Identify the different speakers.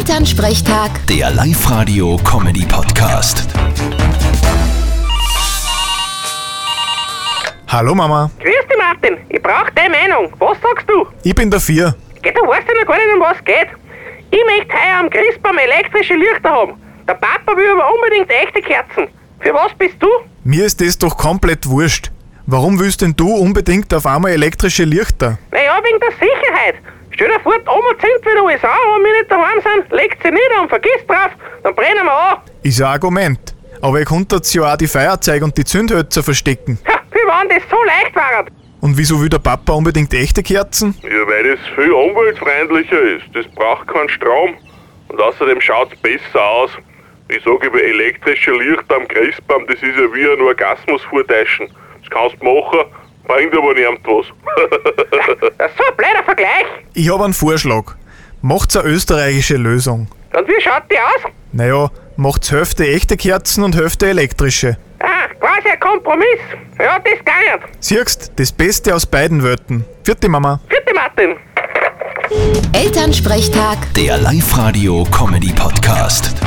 Speaker 1: Elternsprechtag,
Speaker 2: Der Live-Radio-Comedy-Podcast.
Speaker 3: Hallo Mama,
Speaker 4: Grüß dich, Martin. Ich brauche deine Meinung. Was sagst du?
Speaker 3: ich bin der Vier.
Speaker 4: Geh, du weißt ja noch gar nicht, um was geht. Ich möchte heuer am Christbaum elektrische Lichter haben. Der Papa will aber unbedingt echte Kerzen. Für was bist du?
Speaker 3: Mir ist das doch komplett wurscht. Warum willst denn du unbedingt auf einmal elektrische Lichter?
Speaker 4: Naja, wegen der Sicherheit. Stell dir vor, die Oma zündet wieder alles an, wenn wir nicht daheim sind, legt sie nieder und vergiss drauf, dann brennen wir an.
Speaker 3: Ist ein Argument. Aber ich konnte jetzt ja auch die Feuerzeug und die Zündhölzer verstecken.
Speaker 4: Ha, wie wenn das so leicht war.
Speaker 3: Und wieso will der Papa unbedingt echte Kerzen?
Speaker 5: Ja, weil das viel umweltfreundlicher ist. Das braucht keinen Strom. Und außerdem schaut's besser aus. Ich sage über elektrische Licht am Christbaum, das ist ja wie ein Orgasmus vortäuschen. Das kannst du machen, bringt aber niemand was.
Speaker 4: Das ist so ein blöder Vergleich.
Speaker 3: Ich habe einen Vorschlag. Macht's eine österreichische Lösung.
Speaker 4: Und wie schaut die aus?
Speaker 3: Naja, macht's Hälfte echte Kerzen und Hälfte elektrische.
Speaker 4: Ah, quasi ein Kompromiss. Ja, das geht nicht.
Speaker 3: Siehst, das Beste aus beiden Welten. Vierte Mama.
Speaker 4: Vierte Martin.
Speaker 1: Elternsprechtag.
Speaker 2: Der Live-Radio-Comedy-Podcast.